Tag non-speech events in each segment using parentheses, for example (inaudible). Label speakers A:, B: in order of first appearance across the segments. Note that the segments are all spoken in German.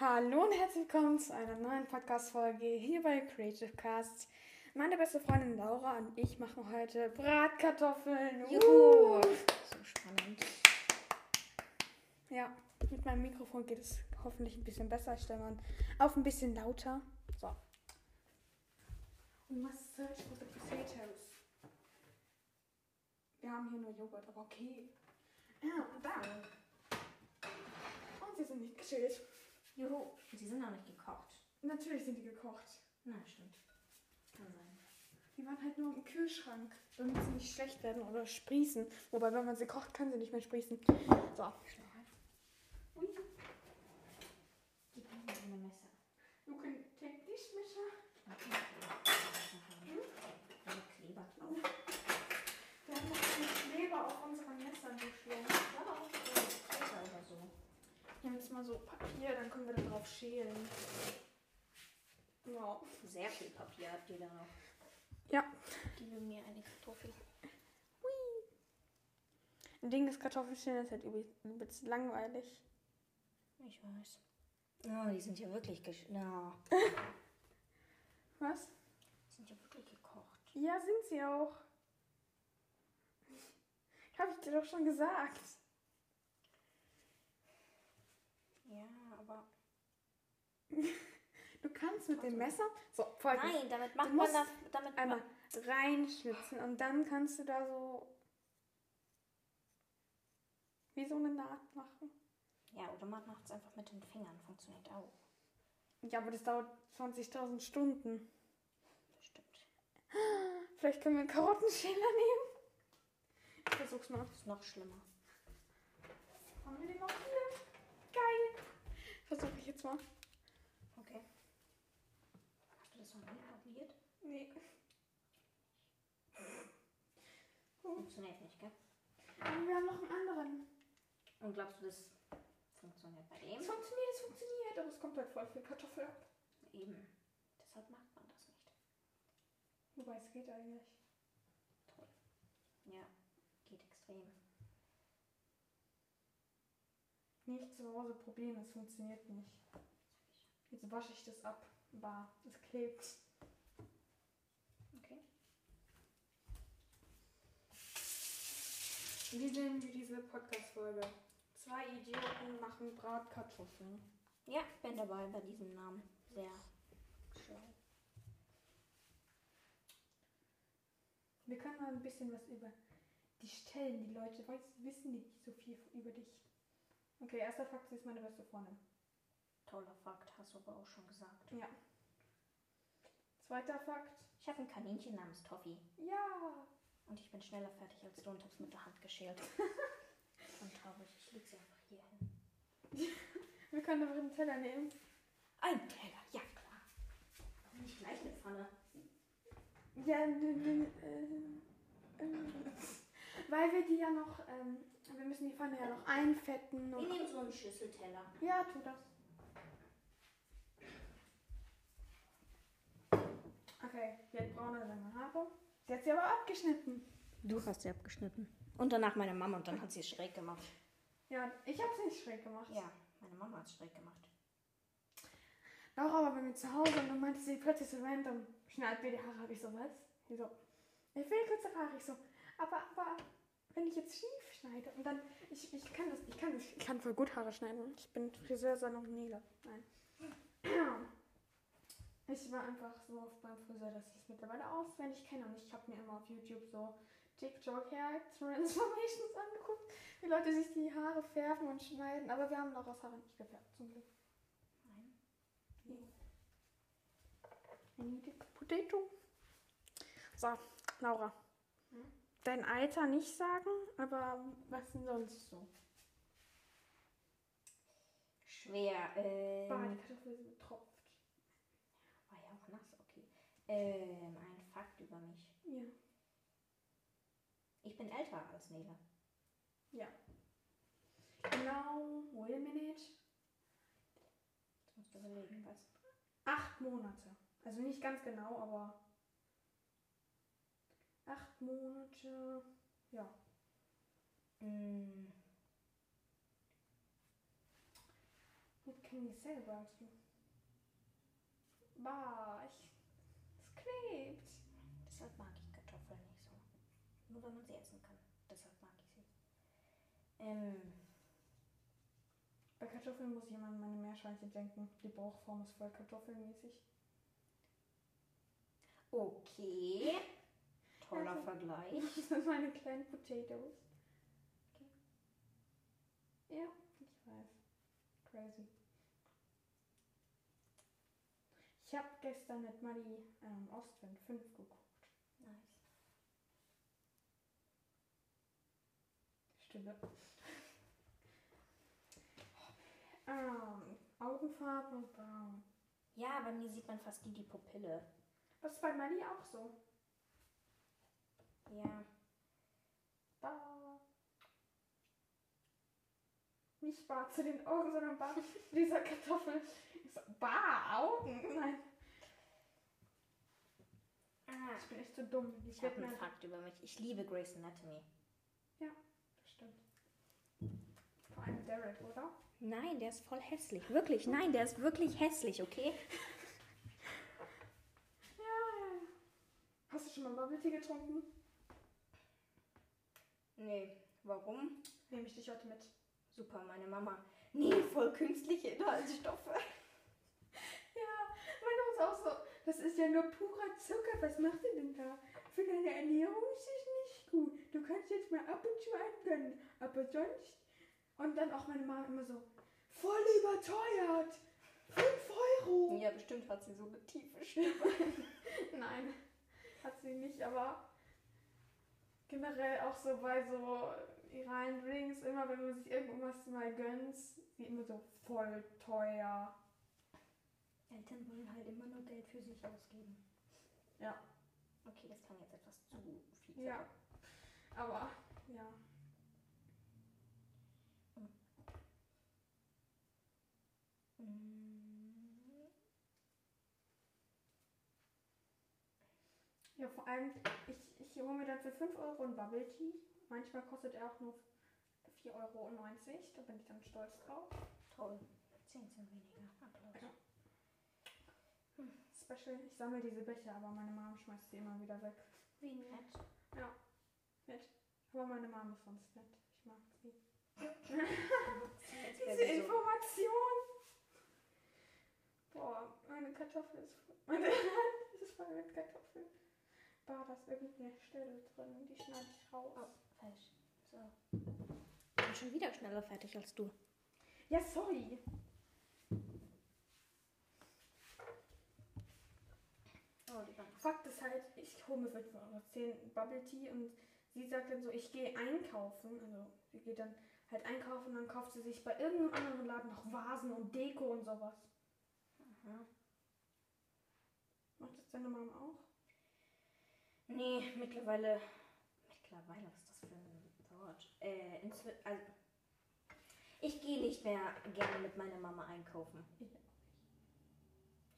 A: Hallo und herzlich willkommen zu einer neuen Podcast-Folge hier bei Creative Cast. Meine beste Freundin Laura und ich machen heute Bratkartoffeln.
B: Juhu!
A: Uh.
B: So spannend.
A: Ja, mit meinem Mikrofon geht es hoffentlich ein bisschen besser. Ich stelle mal auf ein bisschen lauter. So. We must search for the potatoes. Wir haben hier nur Joghurt, aber okay. Ja, Ah, und da. Und sie sind nicht geschält.
B: Juhu. Sie sind noch nicht gekocht.
A: Natürlich sind die gekocht.
B: Na, stimmt. Kann sein.
A: Die waren halt nur im Kühlschrank, damit sie nicht schlecht werden oder sprießen. Wobei, wenn man sie kocht, kann sie nicht mehr sprießen. So.
B: Schnell rein. Ui. Gib mir mal deine Messer.
A: You can take this measure.
B: Okay. Hm? Also Kleber drauf.
A: Wir haben noch den Kleber auf unseren Messern geschlagen.
B: Ja, auch so Kleber oder so.
A: Wir haben jetzt mal so Papier, dann können wir da drauf schälen. Wow.
B: Sehr viel Papier habt ihr da noch.
A: Ja.
B: Gib mir eine Kartoffel.
A: Ein Ding des Kartoffelschälen ist halt übel- übelst langweilig.
B: Ich weiß. Oh, die sind ja wirklich gesch... Na,
A: Was?
B: die sind ja wirklich gekocht.
A: Ja, sind sie auch. Habe ich dir doch schon gesagt.
B: Ja, aber...
A: Du kannst mit dem Messer. So, folgendes.
B: Nein, damit macht
A: Du
B: man
A: musst
B: das... Damit
A: einmal reinschnitzen und dann kannst du da so wie so eine Naht machen.
B: Ja, oder man macht es einfach mit den Fingern. Funktioniert auch.
A: Ja, aber das dauert 20.000 Stunden.
B: Bestimmt.
A: Vielleicht können wir einen Karottenschäler nehmen. Ich versuch's mal.
B: Ist noch schlimmer.
A: Haben wir den noch hier? Geil. Versuche ich jetzt mal.
B: Okay. Hast du das noch nie probiert?
A: Nee.
B: Funktioniert nicht, gell?
A: Aber wir haben noch einen anderen.
B: Und glaubst du, das funktioniert bei
A: Es
B: dem?
A: funktioniert, es funktioniert, aber es kommt halt voll viel Kartoffel ab.
B: Eben. Deshalb macht man das nicht.
A: Wobei es geht eigentlich.
B: Toll. Ja, geht extrem.
A: Nicht zu Hause probieren, es funktioniert nicht. Jetzt wasche ich das ab. Bah, es klebt.
B: Okay.
A: Wie nennen wir diese Podcast-Folge? Zwei Idioten machen Bratkartoffeln.
B: Ja, bin dabei bei diesem Namen. Sehr schlau.
A: Wir können mal ein bisschen was über die Stellen, die Leute weiß, wissen die nicht so viel über dich. Okay, erster Fakt, sie ist meine beste Freundin.
B: Toller Fakt, hast du aber auch schon gesagt.
A: Ja. Zweiter Fakt.
B: Ich habe ein Kaninchen namens Toffee.
A: Ja.
B: Und ich bin schneller fertig als du und hab's mit der Hand geschält. (laughs) und traurig, ich leg sie einfach hier hin.
A: Wir können einfach den Teller nehmen.
B: Ein Teller, ja klar. Warum nicht gleich eine Pfanne?
A: Ja, n- n- äh, äh, weil wir die ja noch, ähm, wir müssen die Pfanne ja noch einfetten.
B: Wir
A: Und
B: nehmen so einen Schüsselteller.
A: ja, tu das. Okay, die hat braune lange Haare. Sie hat sie aber abgeschnitten.
B: Du hast sie abgeschnitten. Und danach meine Mama und dann hat sie es schräg gemacht.
A: Ja, ich habe es nicht schräg gemacht.
B: Ja, meine Mama hat es schräg gemacht.
A: Laura war bei mir zu Hause und dann meinte sie plötzlich so random, schneid mir die Haare. Hab ich so, was? Sie so, ich will kurze Haare. Ich so, aber, aber, wenn ich jetzt schief schneide und dann, ich, ich kann das, ich kann das, ich kann voll gut Haare schneiden. Ich bin Friseur, Salon, Nägel. Nein. Ich war einfach so oft beim Friseur, dass ich es mittlerweile auswendig kenne und ich habe mir immer auf YouTube so TikTok Hair Transformations angeguckt, wie Leute sich die Haare färben und schneiden. Aber wir haben Laura's Haare nicht gefärbt, zum Glück.
B: Nein.
A: I need a Potato. So, Laura.
B: Hm?
A: Dein Alter nicht sagen, aber was denn sonst so?
B: Schwer. Ähm,
A: Bah, die Kartoffeln sind getropft.
B: war ja auch nass, okay. Ähm, ein Fakt über mich.
A: Ja.
B: Ich bin älter als Nele.
A: Genau, wait a minute.
B: Jetzt musst du überlegen, was.
A: Acht Monate. Also nicht ganz genau, aber. Acht Monate. Ja.
B: Mm.
A: Mit Knie selber hast du. Bah, ich. Es klebt.
B: Deshalb mag ich Kartoffeln nicht so. Nur wenn man sie essen kann. Deshalb mag ich sie. Ähm,
A: Bei Kartoffeln muss ich immer an meine Meerschweinchen denken. Die Bauchform ist voll kartoffelmäßig.
B: okay. Toller
A: Also-
B: Vergleich.
A: Das sind meine kleinen Potatoes.
B: Okay.
A: Ja, ich weiß. Crazy. Ich habe gestern mit Marie ähm, Ostwind 5 geguckt.
B: Nice.
A: Stille. Ähm, Augenfarbe und Braun.
B: Ja, bei mir sieht man fast die, die Pupille.
A: Das ist bei Marie auch so.
B: Ja.
A: Bah. Nicht bar zu den Augen, sondern bar zu dieser Kartoffel. Ich so, Bah, Augen? Nein.
B: Ah,
A: Ich bin echt zu dumm.
B: ich
A: werd
B: habe einen
A: mir-
B: Fakt über mich. Ich liebe Grey's Anatomy.
A: Das stimmt. Vor allem Derek, oder?
B: Nein, der ist voll hässlich. Wirklich, nein, der ist wirklich hässlich, okay?
A: Ja. Hast du schon mal Bubble Tea getrunken?
B: Nee, warum?
A: Nehme ich dich heute mit.
B: Super, meine Mama. Nee, voll künstliche Inhaltsstoffe.
A: Ja, meine ist auch so. Das ist ja nur purer Zucker. Was macht ihr denn da? Für deine Ernährung ist es nicht gut. Du kannst jetzt mal ab und zu eingönnen. Aber sonst. Und dann auch meine Mama immer so. Voll überteuert. 5 Euro.
B: Ja, bestimmt hat sie so eine tiefe Stimme.
A: Nein, hat sie nicht, aber generell auch so bei so iran Drinks, immer wenn man sich irgendwas mal gönnt, sie immer so voll teuer.
B: (laughs) Eltern wollen halt immer nur Geld für sich ausgeben.
A: Ja.
B: Okay, das klang jetzt etwas zu viel.
A: Ja. Aber ja.
B: Mm,
A: Ja, vor allem, ich, ich hole mir dann für 5 Euro einen Bubble Tea. Manchmal kostet er auch nur 4,90 Euro. Da bin ich dann stolz drauf.
B: Toll. Zehn sind weniger. Applaus.
A: Ja. Special. Ich sammle diese Becher, aber meine Mom schmeißt sie immer wieder weg.
B: Wie nett.
A: Nett. Aber meine Mom ist sonst nett. Ich mag sie.
B: Jetzt
A: Diese
B: werde ich so-
A: Information. Boah, meine Kartoffel ist voll- (laughs) meine Hand ist voll mit Kartoffeln. War das irgendeine Stelle drin, die schneide ich raus.
B: Falsch. So. Ich bin schon wieder schneller fertig als du.
A: Ja, sorry.
B: Oh, lieber.
A: Fakt ist halt, ich hole mir für 5 Euro 10 Bubble Tea und sie sagt dann so, ich gehe einkaufen. Also sie geht dann halt einkaufen und dann kauft sie sich bei irgendeinem anderen Laden noch Vasen und Deko und sowas.
B: Aha.
A: Macht das deine Mom auch?
B: Nee, mittlerweile. Mittlerweile, was ist das für ein Wort? Äh, inzwi- also, ich gehe nicht mehr gerne mit meiner Mama einkaufen.
A: Ich auch nicht.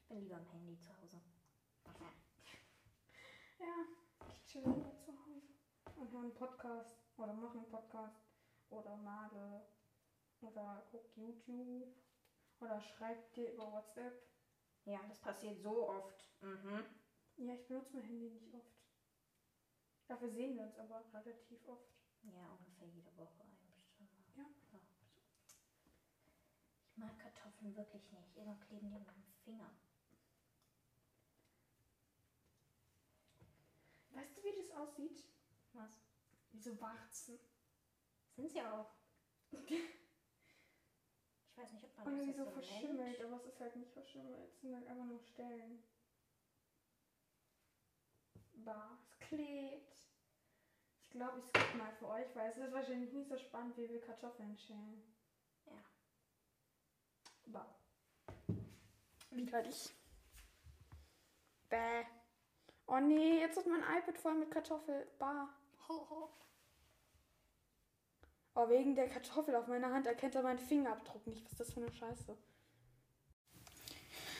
B: Ich bin lieber am Handy zu Hause.
A: Ja, ich chill lieber zu Hause und höre einen Podcast oder mache einen Podcast oder male oder guck YouTube oder schreib dir über WhatsApp.
B: Ja, das passiert so oft. Mhm.
A: Ja, ich benutze mein Handy nicht oft. Dafür sehen wir uns aber relativ oft.
B: Ja, ungefähr jede Woche ein bestimmt mal.
A: Ja.
B: so. Ich mag Kartoffeln wirklich nicht. Irgendwann kleben die an meinem Finger.
A: Weißt du, wie das aussieht?
B: Was?
A: Wie so Warzen.
B: Sind sie (laughs) auch. ich weiß nicht, ob man
A: Und irgendwie
B: jetzt
A: so
B: nennt.
A: verschimmelt, aber es ist halt nicht verschimmelt, es sind halt einfach nur Stellen. Bah, es klebt. Ich glaube, ich skippe mal für euch, weil es ist wahrscheinlich nicht so spannend, wie wir Kartoffeln schälen.
B: Ja.
A: Bah.
B: Widerlich.
A: Bäh. Oh nee, jetzt ist mein iPad voll mit Kartoffel. Bah.
B: Ho, ho.
A: Oh, wegen der Kartoffel auf meiner Hand erkennt er meinen Fingerabdruck nicht. Was ist das für eine Scheiße?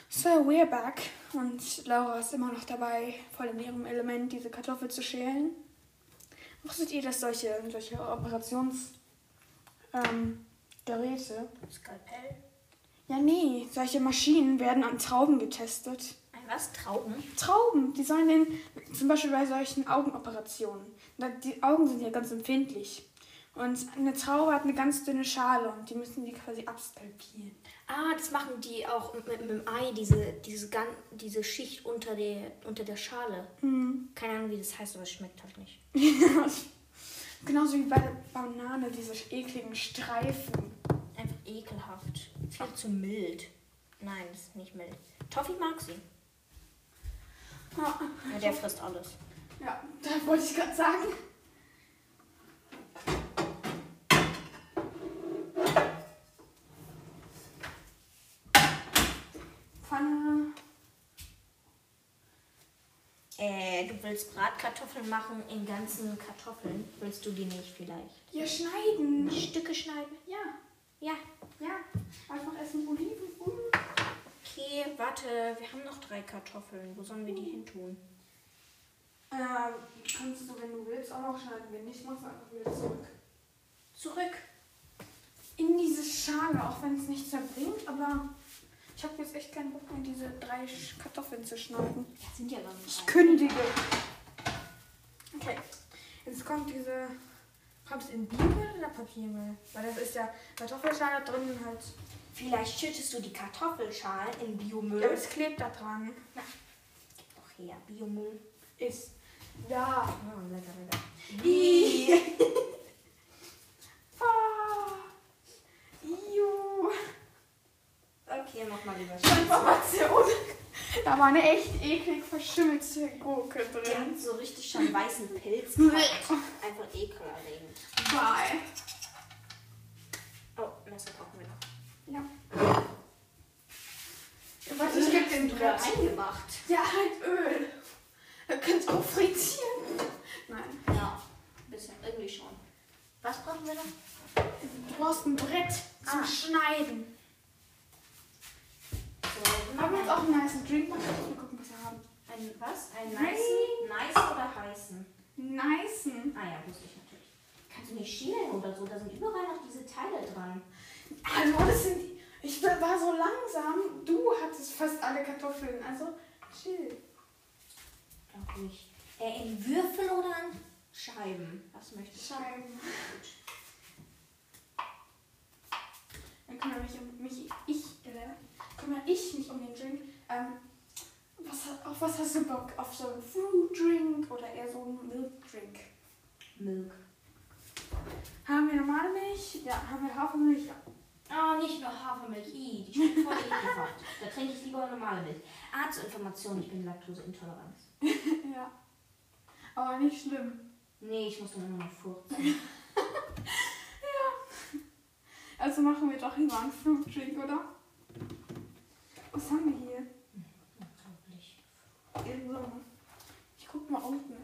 A: So, we're back. Und Laura ist immer noch dabei, voll in ihrem Element, diese Kartoffel zu schälen. Wusstet ihr, dass solche, solche Operationsgeräte ähm, Geräte
B: Skalpell.
A: Ja, nee, solche Maschinen werden an Trauben getestet.
B: Ein was? Trauben?
A: Trauben, die sollen den, zum Beispiel bei solchen Augenoperationen. Da- Die Augen sind ja ganz empfindlich. Und eine Traube hat eine ganz dünne Schale und die müssen die quasi abskalpieren.
C: Ah, das machen die auch mit, mit dem Ei, diese, diese, Gan diese Schicht unter der, unter der Schale. Keine Ahnung, wie das heißt, aber es schmeckt halt nicht.
A: Genauso wie bei der Banane, diese ekligen Streifen.
B: Einfach ekelhaft. Viel zu mild. Nein, das ist nicht mild. Toffee mag sie.
A: Ja,
B: Ja, der frisst alles.
A: ja da wollte ich gerade sagen. Pfanne.
B: Äh, du willst Bratkartoffeln machen in ganzen Kartoffeln? Willst du die nicht vielleicht?
A: Hier schneiden.
C: Stücke schneiden.
A: Ja,
B: Ja.
A: ja. Einfach essen Oliven um.
B: Okay, warte, wir haben noch drei Kartoffeln. Wo sollen wir die hin tun?
A: Ähm, kannst du, wenn du willst, auch noch schneiden. Wenn nicht, machst du einfach wieder zurück.
B: Zurück.
A: In diese Schale, auch wenn es nicht zerbringt, aber ich habe jetzt echt keinen Bock mehr, diese drei Sch- Kartoffeln zu schneiden.
B: Das sind ja aber nur
A: Ich
B: drei.
A: kündige. Okay, jetzt kommt diese. Kommst in Bibel oder Papiermüll? Weil das ist ja Kartoffelschale drin halt.
B: Vielleicht schüttest du die Kartoffelschalen in Biomüll.
A: Ja, aber es klebt da dran.
B: Ach ja, Biomüll.
A: Ist da.
B: Ah, lecker, lecker.
A: Ih. (laughs) Ah. Iu.
B: Okay, mach mal lieber.
A: Transformation. Da war eine echt eklig verschimmelte Gurke
B: Die
A: drin.
B: hat so richtig (laughs) schon weißen Pilz. gehabt. Einfach ekelerregend.
A: Bye.
B: Oh, Messer brauchen wir noch.
A: Ja. Warte, ich geb den
B: Oder
A: Brett.
B: eingemacht.
A: Ja, halt Öl. Ihr könnt auch frittieren. Nein.
B: Ja, ein bisschen, irgendwie schon. Was brauchen wir noch?
A: Du brauchst ein Brett zum
B: Ah.
A: Schneiden.
B: So,
A: Wir haben jetzt auch einen nice Drink machen. Mal gucken, was wir haben.
B: Ein was? Ein
A: Nein.
B: nicen? Nice oder heißen?
A: Nicen.
B: Ah ja, wusste ich natürlich. Kannst du nicht schälen oder so, da sind überall noch diese Teile dran.
A: Hallo, das sind die. Ich war war so langsam. Du hattest fast alle Kartoffeln. Also chill.
B: Doch nicht. Äh, in Würfel oder in Scheiben? Was möchtest du?
A: Scheiben. Dann kümmere mich um mich. Ich, äh, kümmere ich mich um den Drink. Ähm, was, hat- auf was hast du Bock? Auf so einen Fruit Drink oder eher so einen Milk Drink?
B: Milk.
A: Haben wir normale Milch? Ja, haben wir Hafermilch? Ja.
B: Ah, nicht nur Hafermilch. Ih, die schmeckt (laughs) voll ekelhaft. Da trinke ich lieber normale Milch. Ah, zur Information, ich bin laktoseintolerant.
A: (laughs) ja. Aber nicht schlimm.
B: Nee, ich muss dann immer noch furzen. (laughs)
A: Also machen wir doch immer einen Fruit Drink, oder? Was haben wir hier?
B: Unglaublich.
A: Irgendwo. Ich guck mal unten.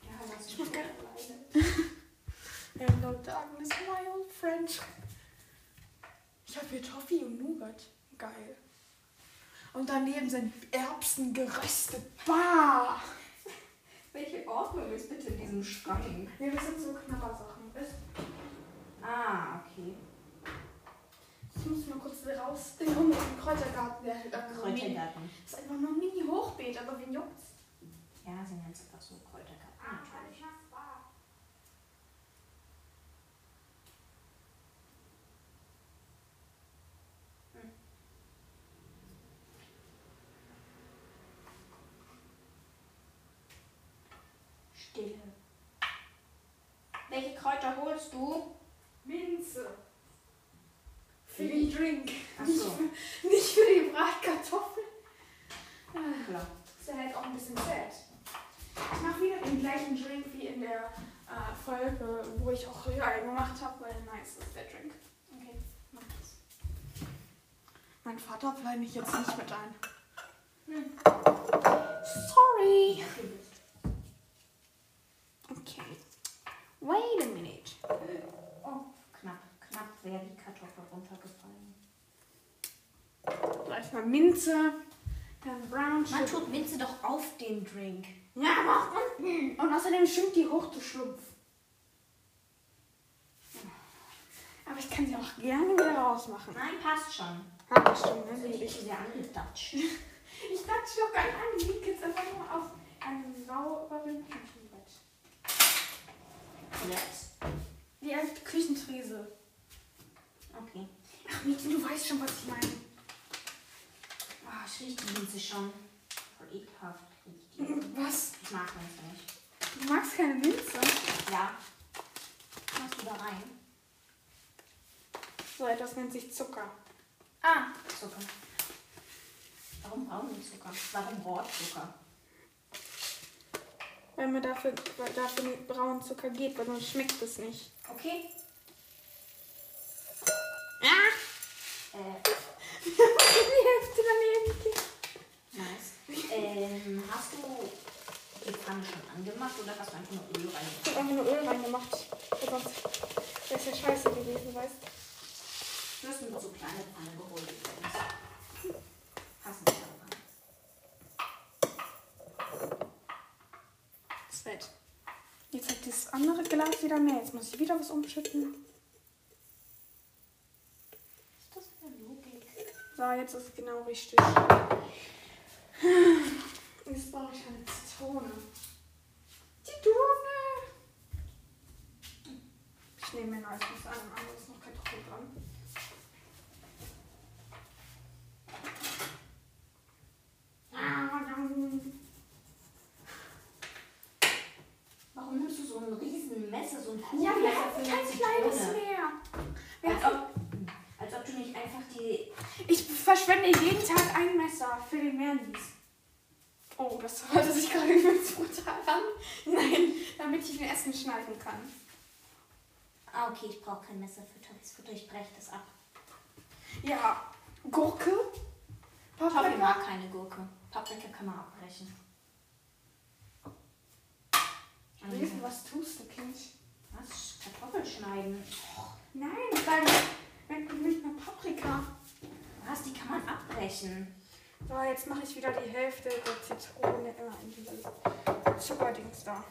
B: Ja, lass mich
A: Ich mach
B: mal
A: gerne
B: alleine.
A: Hello darkness, my old friend. Ich habe hier Toffee und Nougat. Geil. Und daneben sind Erbsen geröstet. Bah!
B: Welche Ordnung ist bitte in diesem Schrank?
A: Ja, das sind so Knabbersachen. Ich-
B: Ah, okay.
A: Ich muss mal kurz raus. Den Hund im Kräutergarten. Der äh,
B: Kräutergarten.
A: ist einfach nur ein Mini-Hochbeet, aber wen juckt's?
B: Ja, sind ganz einfach so Kräutergarten. Natürlich. Stille. Welche Kräuter holst du?
A: Minze. Für den Drink.
B: Ach
A: Nicht,
B: so.
A: für, nicht für die Bratkartoffel. Ah.
B: (laughs) Klar.
A: Ist ja halt auch ein bisschen sad. Ich mache wieder den gleichen Drink wie in der äh, Folge, wo ich auch Rührei gemacht habe, weil nice ist der Drink. Okay, mach das. Mein Vater bleibt mich jetzt nicht mit ein. Sorry. Okay. Wait a minute.
B: Oh, knapp, knapp wäre die Kartoffel runtergefallen.
A: Gleich mal Minze, dann Brown
B: Man
A: Sugar.
B: tut Minze doch auf den Drink.
A: Ja, mach unten. Und außerdem schwimmt die hoch, du Schlumpf. Aber ich kann sie auch gerne wieder rausmachen.
B: Nein, passt schon.
A: Ah, stimmt, ne?
B: Also
A: Liebe
B: ich
A: ich.
B: sehr angetatscht.
A: Ich dachte doch gar nicht an, ich liege jetzt einfach nur auf einem sauberen Küchenbett.
B: Jetzt?
A: Die alte Küchentrese.
B: Okay.
A: Ach, Mädchen, du weißt schon, was ich meine.
B: Ah, ich rieche die Minze schon. Voll ekelhaft riecht die.
A: Was?
B: Ich mag das nicht.
A: Du magst keine Minze?
B: Ja. Machst du da rein?
A: So etwas nennt sich Zucker. Ah,
B: Zucker. Warum brauchen wir Zucker? Warum Rohrzucker?
A: weil man dafür, weil dafür nicht braunen Zucker geht, weil sonst schmeckt es nicht.
B: Okay.
A: Ah!
B: Äh,
A: (laughs) Die Hälfte daneben geht.
B: nice. Ähm, hast du die Pfanne schon angemacht oder hast du einfach nur Öl rein?
A: Ich hab einfach nur Öl reingemacht. Weil sonst wäre es ja scheiße gewesen, weißt du?
B: Du hast nur so kleine Pfanne geholt. übrigens. Passen nicht aber.
A: Das wird. Jetzt hat dieses andere Glas wieder mehr. Jetzt muss ich wieder was umschütten.
B: Was ist das für eine Logik?
A: So, jetzt ist es genau richtig. Jetzt brauche ich eine Zitrone. Zitrone! Ich nehme mir neues was an, am anderen ist noch kein Trüffel dran. Ah, yum.
B: Warum nimmst du so ein riesen Messer, so ein
A: Ja, wir
B: Kuchenmesser
A: haben kein
B: eine
A: kleines
B: Zitrone?
A: mehr. Wir
B: Als
A: hatten-
B: ob, als ob du nicht einfach die...
A: Ich verschwende jeden Tag ein Messer für den Meerlies. Oh, das hörte sich gerade (laughs) übelst brutal an. Nein, damit ich mir Essen schneiden kann.
B: Ah, okay, ich brauche kein Messer für Teufelsfutter, ich breche das ab.
A: Ja, Gurke.
B: Toffi
A: Paprika.
B: mag keine Gurke. Paprika kann man abbrechen.
A: Lesen,
B: Also,
A: was tust du, Kind?
B: was? Kartoffeln schneiden?
A: Nein, dann wenn du mit einer Paprika.
B: Was? Die kann man abbrechen.
A: So, jetzt mache ich wieder die Hälfte der Zitrone immer in dieses Zuckerdings da.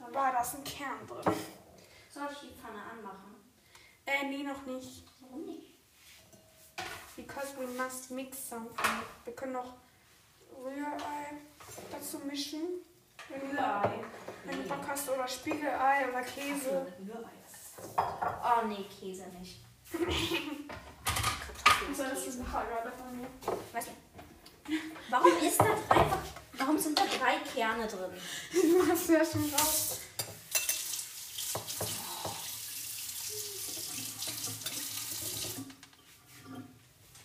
A: Da war das ein Kern drin.
B: Soll ich die Pfanne anmachen?
A: Äh, nee, noch nicht.
B: Warum nicht?
A: Because we must mix something. Wir können noch Rührei dazu mischen. Wenn du,
B: Rührei.
A: wenn du Bock hast, oder Spiegelei oder Käse.
B: Oh nee, Käse (laughs) nicht.
A: So, das ist ein gerade von mir.
B: Weißt du, Warum ist da drei, warum sind da drei Kerne drin?
A: (laughs) Du hast ja schon raus.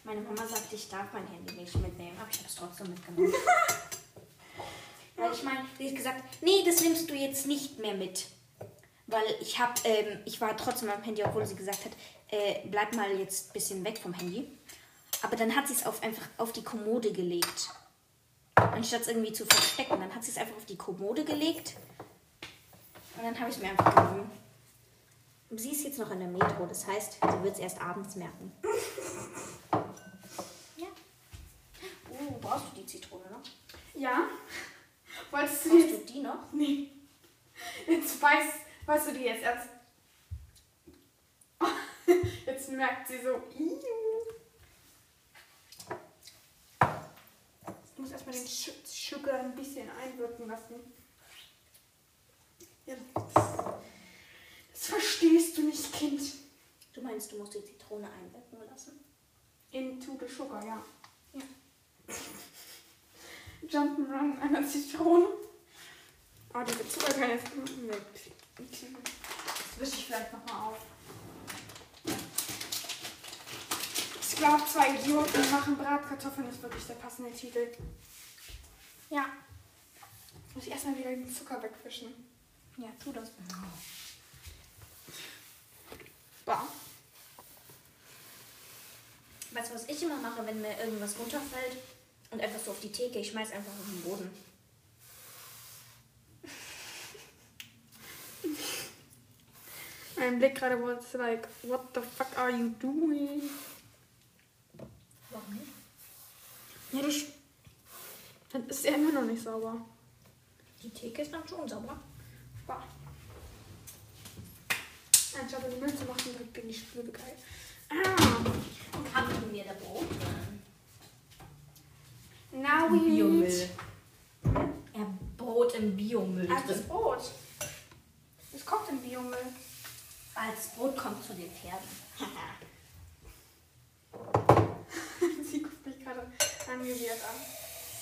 B: Meine Mama sagte, ich darf mein Handy nicht mitnehmen, aber ich habe es trotzdem mitgenommen. Weil ich meine, sie hat gesagt, nee, das nimmst du jetzt nicht mehr mit. Weil ich habe, ähm, ich war trotzdem am Handy, obwohl sie gesagt hat, äh, bleib mal jetzt ein bisschen weg vom Handy. Aber dann hat sie es auf, einfach auf die Kommode gelegt. Anstatt es irgendwie zu verstecken, dann hat sie es einfach auf die Kommode gelegt. Und dann habe ich es mir einfach genommen. Und Sie ist jetzt noch in der Metro, das heißt, sie wird es erst abends merken. Oh, brauchst du die Zitrone (laughs) noch?
A: Ja? Wolltest du
B: Brauchst
A: jetzt.
B: du die noch?
A: Nee. Jetzt weißt, weißt du die jetzt erst. (laughs) Jetzt merkt sie so. "Iu." Ich muss erstmal den Sch- Sugar ein bisschen einwirken lassen. Ja, das, das verstehst du nicht, Kind.
B: Du meinst, du musst die Zitrone einwirken lassen?
A: Into the Sugar, ja. ja. (laughs) Jump'n'Run einer Zitrone. Oh,
B: Ah,
A: diese Zucker kann jetzt wegklicken. Das wische ich vielleicht nochmal auf. Ich glaube, zwei Idioten machen Bratkartoffeln ist wirklich der passende Titel. Ja. Muss ich erstmal wieder den Zucker wegwischen.
B: Ja, tu das.
A: Bah.
B: Weißt du, was ich immer mache, wenn mir irgendwas runterfällt und einfach so auf die Theke, ich schmeiß einfach auf den Boden.
A: Mein Blick gerade war es like, what the fuck are you doing?
B: Warum nicht?
A: Ja, das, dann ist er immer noch nicht sauber.
B: Die Theke ist dann schon sauber.
A: Bah. meinen Job in den Müll zu machen, damit bin ich schwülbegeil. Ah,
B: Haben wir da Brot drin?
A: Now we eat.
B: Er hat Brot im Biomüll
A: Ah, das
B: drin.
A: Brot. Es kommt im Biomüll. (laughs)
B: Als Brot kommt zu den Pferden.
A: Sie guckt mich gerade angewidert an.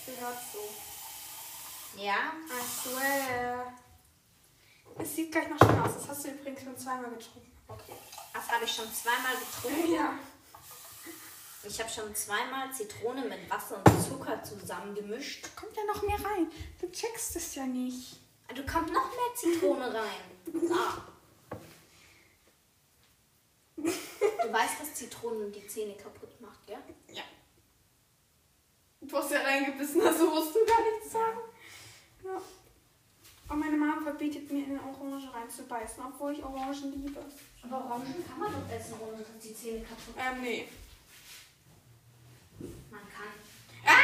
A: Sie hört so.
B: ja?
A: I swear. Es sieht gleich noch schön aus. Das hast du übrigens schon zweimal getrunken. (laughs) Okay.
B: Das habe ich schon zweimal getrunken.
A: Ja.
B: Ich habe schon zweimal Zitrone mit Wasser und Zucker zusammengemischt.
A: Kommt ja noch mehr rein. Du checkst es ja nicht.
B: Du Also kommt noch mehr Zitrone (laughs) rein. Ah. Du weißt, dass Zitronen die Zähne kaputt macht, gell?
A: Ja. Du hast ja reingebissen, also musst du gar nichts sagen. Ja. Und meine Mom verbietet mir, in eine Orange reinzubeißen, obwohl ich Orangen liebe.
B: Aber Orangen kann man doch essen, ohne dass die Zähne kaputt
A: Ähm, nee.
B: macht. Man kann.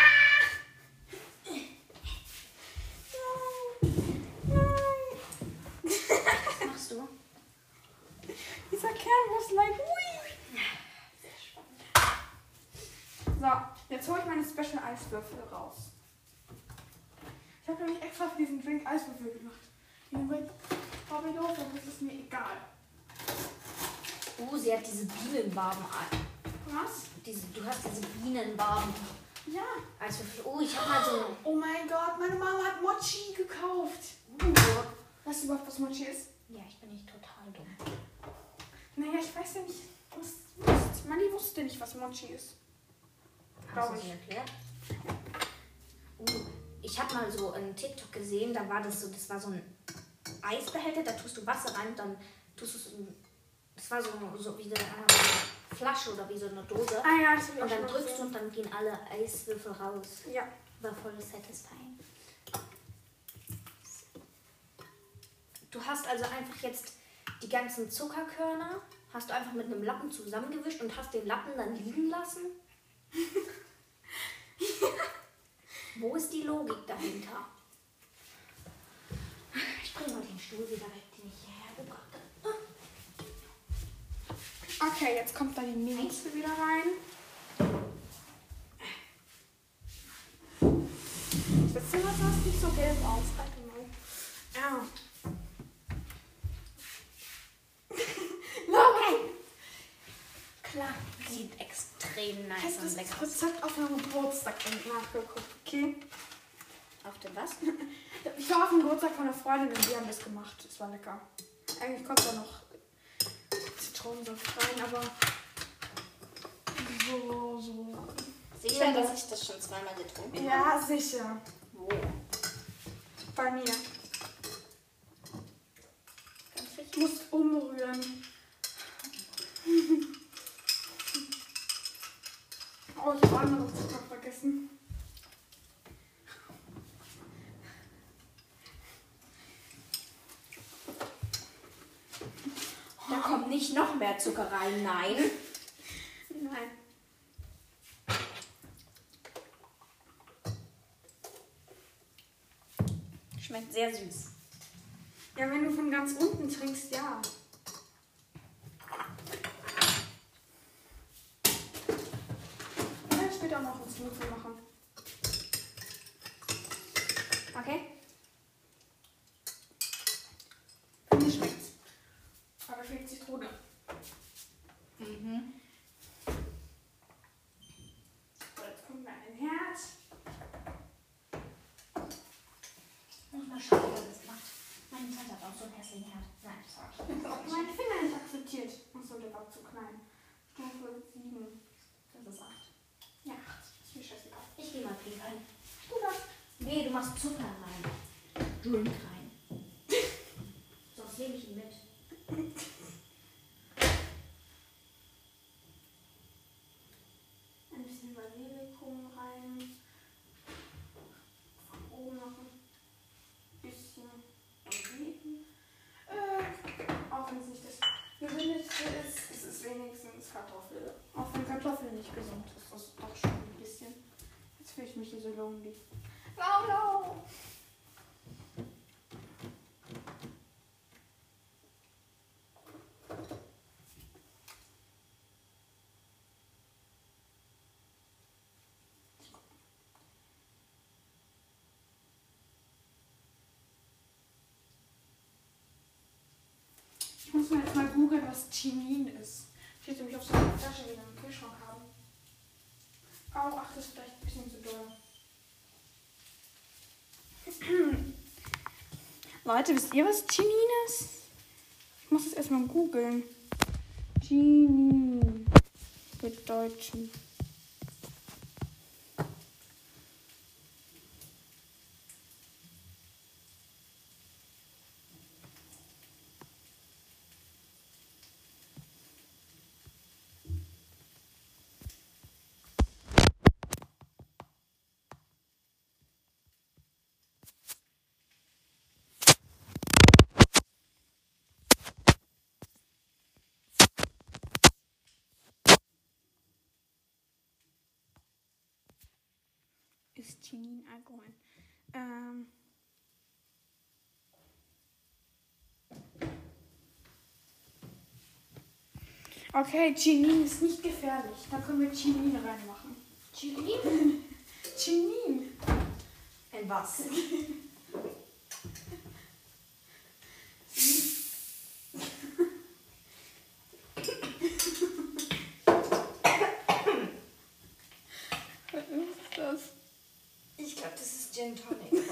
B: Was machst du?
A: Dieser Kerl muss like, ui. So, jetzt hole ich meine Special Eiswürfel raus. Ich habe nämlich extra für diesen Drink Eiswürfel gemacht. Den Drink brauche ich los, das ist mir egal.
B: Oh, sie hat diese Bienenwaben an.
A: Was?
B: Diese, du hast diese Bienenwaben.
A: Ja.
B: Also, oh, ich habe mal so.
A: Oh mein Gott, meine Mama hat Mochi gekauft.
B: Oh.
A: Weißt du überhaupt, was Mochi ist?
B: Ja, ich bin nicht total dumm.
A: Naja, ich weiß ja nicht. Was, was, Manni wusste nicht, was Mochi ist. Glaub
B: Hast du
A: ich.
B: sie erklärt? Uh, ich habe mal so einen TikTok gesehen, da war das so, das war so ein Eisbehälter, da tust du Wasser rein, dann tust du es in, das war so, so wie so eine Flasche oder wie so eine Dose.
A: Ah ja, das habe ich
B: Und
A: auch schon
B: dann
A: mal
B: drückst du
A: gesehen.
B: und dann gehen alle Eiswürfel raus.
A: Ja.
B: War voll satisfying. Du hast also einfach jetzt die ganzen Zuckerkörner, hast du einfach mit einem Lappen zusammengewischt und hast den Lappen dann liegen (laughs) lassen? Wo ist die Logik dahinter? Ich bringe mal den Stuhl wieder weg, den ich hierher gebracht habe.
A: Okay, jetzt kommt da die nächste wieder rein. Das Zimmer sah nicht so gelb aus. Warte mal. Ah. Ja. (laughs) Laura,
B: Klar, sieht extrem
A: ich
B: nice
A: habe
B: und
A: das
B: lecker aus.
A: Rezept auf meinem Geburtstag nachgeguckt, okay?
B: Auf dem was?
A: Ich war auf dem Geburtstag von einer Freundin und die haben das gemacht. Es war lecker. Eigentlich kommt da noch Zitronensaft rein, aber so, so.
B: Sicher, dass ich das schon zweimal getrunken habe?
A: Ja, sicher.
B: Wo?
A: Bei mir.
B: Ganz sicher.
A: Ich muss umrühren. (laughs) oh, ich habe andere Zucker vergessen.
B: Da kommt nicht noch mehr Zucker rein, nein.
A: Nein.
B: Schmeckt sehr süß.
A: Ja, wenn du von ganz unten trinkst, ja. Ich kann später auch noch einen Smoothie machen.
B: Okay?
A: Mir schmeckt's. Aber schmeckt Zitrone.
B: Mhm.
A: So, jetzt kommt mir ein Herz.
B: Muss mal schauen, was das macht. Meine Tante hat auch so einen hässlichen Herd. Nein, sorry. (laughs)
A: Mein Finger ist akzeptiert. Achso, der war zu klein. Stufe 7.
B: Das ist acht.
A: Ja, 8. Ist mir scheißegal.
B: Ich gehe mal pinkeln.
A: Du darfst.
B: Nee, du machst Zucker rein. Drink (laughs) rein. Sonst nehme ich ihn mit.
A: Ein bisschen Basilikum rein. Von oben noch ein bisschen Oliven. Äh, auch wenn es nicht das gesündeste ist, ist es wenigstens Kartoffel. Auch wenn Kartoffeln nicht gesund ist, ist es doch schon ein bisschen. Jetzt fühle ich mich hier so lonely. Wow, wow. muss man jetzt mal googeln, was Chinin ist. Steht nämlich auf so einer Flasche, die wir im Kühlschrank haben. Auch, ach, das ist vielleicht ein bisschen zu doll. (clears throat) Leute, wisst ihr, was Chinin ist? Ich muss das erstmal googeln. Chinin. Mit Deutschen. ist Chinin Alkohol. Ähm. Okay, Chinin ist nicht gefährlich. Da können wir Chinin reinmachen. (laughs) Chinin? Chinin. (laughs)
B: Ein was?
A: Was ist das?
B: Ich glaube, das ist Gin Tonic.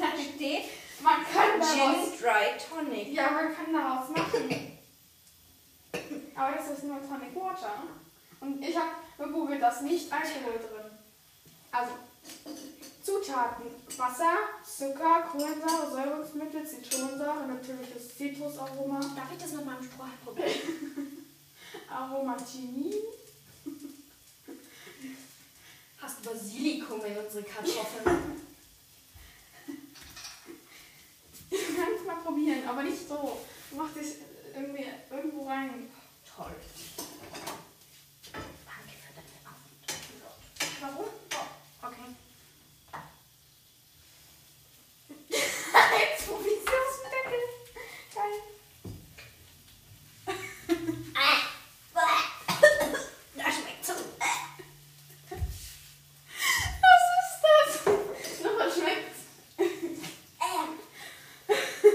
A: Da steht, man kann daraus...
B: Gin Dry Tonic.
A: Ja, man kann daraus machen. (laughs) Aber jetzt ist nur Tonic Water. Und ich habe gegoogelt, dass nicht Alkohol drin. Also, Zutaten. Wasser, Zucker, Kohlensäure, Säurungsmittel, Zitronensäure, natürliches Zitrusaroma,
B: Darf ich das mit meinem Strohhalm probieren?
A: Aromatinin.
B: Hast du Basilikum in unsere (laughs) Kartoffeln?
A: (laughs) Du kannst mal probieren, aber nicht so. Mach dich irgendwie irgendwo rein. (laughs)
B: Toll. Danke für deine Aufmerksamkeit.
A: Warum?
B: Oh, Okay.
A: Jetzt probierst du es mit der Geil.
B: Da schmeckt's so.
A: Was ist das? (laughs) Nochmal schmeckt's.
B: Ähm. (laughs)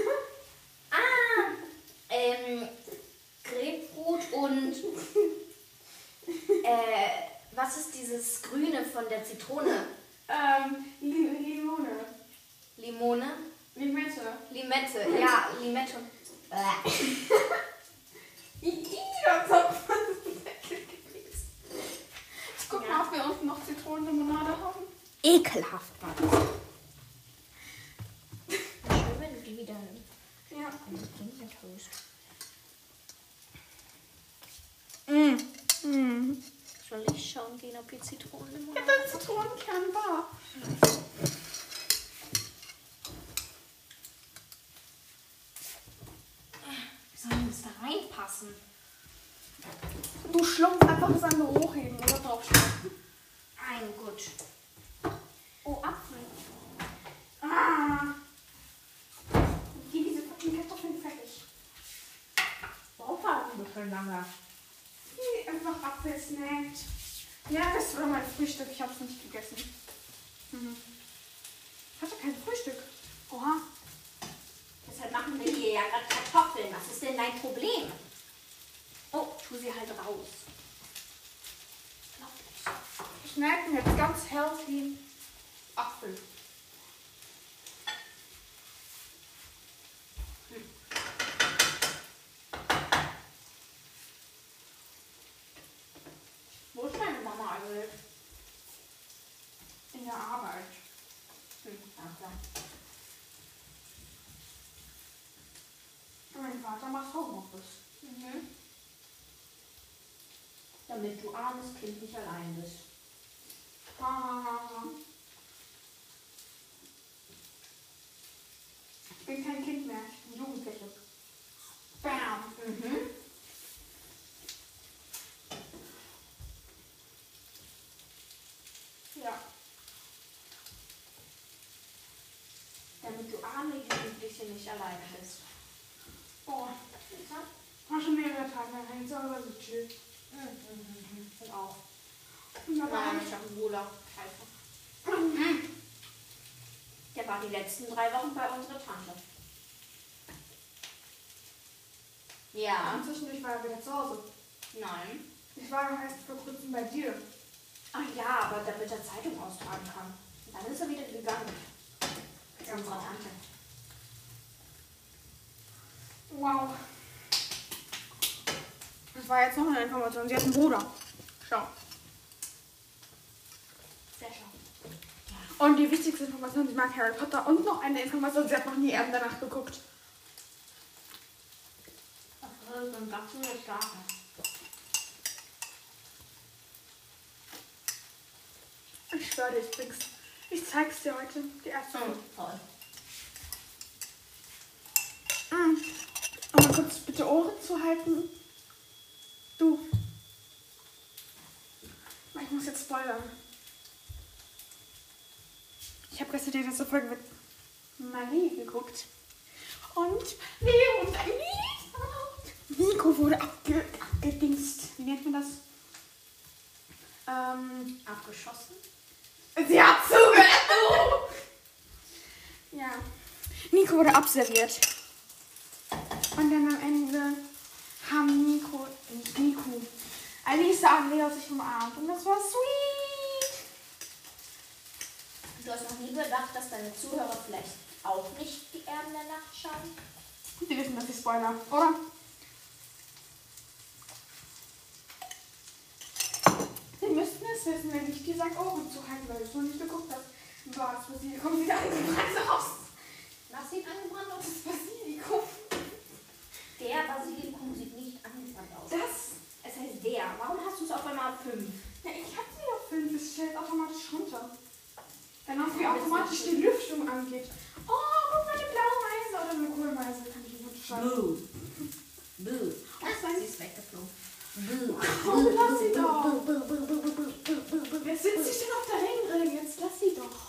B: Ah! Ähm, Grapefruit und. Äh, was ist dieses Grüne von der Zitrone?
A: Ähm, Li- Limone.
B: Limone?
A: Limette.
B: Limette, ja, Limette. Bäh.
A: Ich das hat (laughs) Ich guck mal, ob wir unten noch Zitronenlimonade haben.
B: Ekelhaft war das.
C: Schön, wenn du die wieder in
A: Ja.
C: den Kinder tust.
A: Mm. Mm.
C: Soll ich schauen gehen, ob die Zitronen
A: Ich hab den Zitronenkern da.
B: Wie soll denn das da reinpassen?
A: Du schlumpfst einfach das andere hochheben oder draufschlagen.
B: Ein gut.
A: Oh, Apfel. Ah. Hier diese fucking Kartoffeln fertig.
B: Warum warten wir so lange?
A: Hier einfach Apfelsnack. Ja, das war mein Frühstück. Ich hab's nicht gegessen. Mhm. Ich hatte kein Frühstück. Oha.
B: Deshalb machen wir hier ja gerade Kartoffeln. Was ist denn dein Problem? Oh, tu sie halt raus.
A: Ich schneiden jetzt ganz healthy Apfel. Hm.
B: Wo ist meine Mama eigentlich?
A: In der Arbeit.
B: Hm, danke.
A: Und mein Vater macht Homeoffice.
B: Mhm. Damit du armes Kind nicht allein bist.
A: Ah. Ich bin kein Kind mehr, ich bin Jugendliche. Bam.
B: Mhm.
A: Ja.
B: Damit du arme Jugendliche nicht allein bist.
A: Oh. War schon mehrere Tage, hängt so aber so chill.
B: Mhm. Und auch.
A: Und dabei
B: Nein,
A: habe
B: ich
A: ich
B: hab einen Bruder. Scheiße.
A: Mhm.
B: Der war die letzten drei Wochen bei unserer Tante. Ja.
A: Und zwischendurch war er wieder zu Hause.
B: Nein.
A: Ich war noch erst vor kurzem bei dir.
B: Ach ja, aber damit er Zeitung austragen kann. Dann ist er wieder gegangen. Zu unserer Tante.
A: Wow. Das war jetzt noch eine Information. Sie hat einen Bruder. Schau.
B: Sehr schön.
A: Und die wichtigste Information, sie mag Harry Potter. Und noch eine Information, sie hat noch nie Erben danach geguckt.
B: Das ist ein ganz schöner Stapel.
A: Ich schwöre, ich bring's. Ich zeig's dir heute. Die erste.
B: Mhm. Toll.
A: Mhm. Aber kurz bitte Ohren zu halten. Du. Ich muss jetzt spoilern. Ich habe gestern die letzte Folge mit Marie geguckt. Und Leo und Emily. Nico wurde abge abgedingst. Wie nennt man das? Ähm,
B: Abgeschossen?
A: Sie hat zugehört. ja. Nico wurde abserviert. Und dann am Ende haben Nico, nicht Nico, Alisa und Leo sich umarmt. Und das war sweet.
B: Du hast noch nie gedacht, dass deine Zuhörer vielleicht auch nicht die Erben der Nacht schauen?
A: Sie wissen, dass ich Spoiler, oder? Sie müssten es wissen, wenn ich dir sage, Ohren zu halten, weil du es noch nicht geguckt hast. Boah, das Basil kommt (laughs) wieder angebrannt raus.
B: Was sieht angebrannt aus?
A: Das Basilikum.
B: Der Basilikum sieht nicht angebrannt aus.
A: Das
B: Es heißt der. Warum hast du es auf einmal auf 5?
A: Ja, ich hab sie auf 5, es stellt automatisch runter. Dann haben wir automatisch die Lüftung angeht. Oh, guck mal, eine blaue Meise oder eine grüne Meise kann ich nicht schreiben.
B: Boo. Boo.
A: Was denn?
B: Sie ist weggeflogen. Boo.
A: Oh, lass sie doch. Wer sitzt sich denn auf der Regenrinne? Jetzt lass sie doch.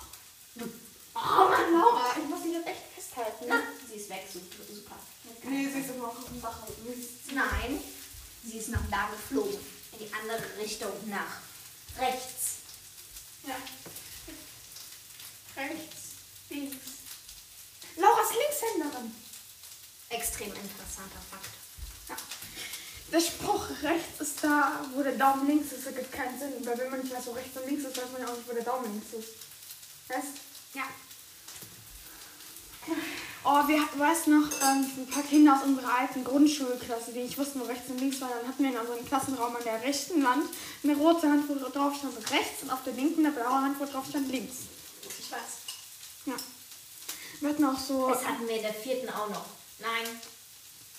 A: Oh Mann, Laura, ich muss sie jetzt echt festhalten.
B: Na, sie ist weg. Super. super.
A: Nee, sie ist immer auf dem Dach. Mist.
B: Nein, sie ist nach da geflogen. In die andere Richtung, nach rechts.
A: Ja. Rechts, links. Laura ist Linkshänderin.
C: Extrem interessanter Fakt.
A: Der Spruch rechts ist da, wo der Daumen links ist, ergibt keinen Sinn. Weil wenn man nicht weiß, wo rechts und links ist, weiß man ja auch nicht, wo der Daumen links ist. Weißt
C: Ja.
A: Oh, wir hatten, weißt du noch, ähm, ein paar Kinder aus unserer alten Grundschulklasse, die nicht wussten, wo rechts und links war. Dann hatten wir in unserem Klassenraum an der rechten Wand eine rote Hand, wo drauf stand rechts und auf der linken eine blaue Hand, wo drauf stand links.
B: Ich weiß.
A: Ja. Wir hatten auch so...
B: Das hatten wir in der vierten auch noch. Nein.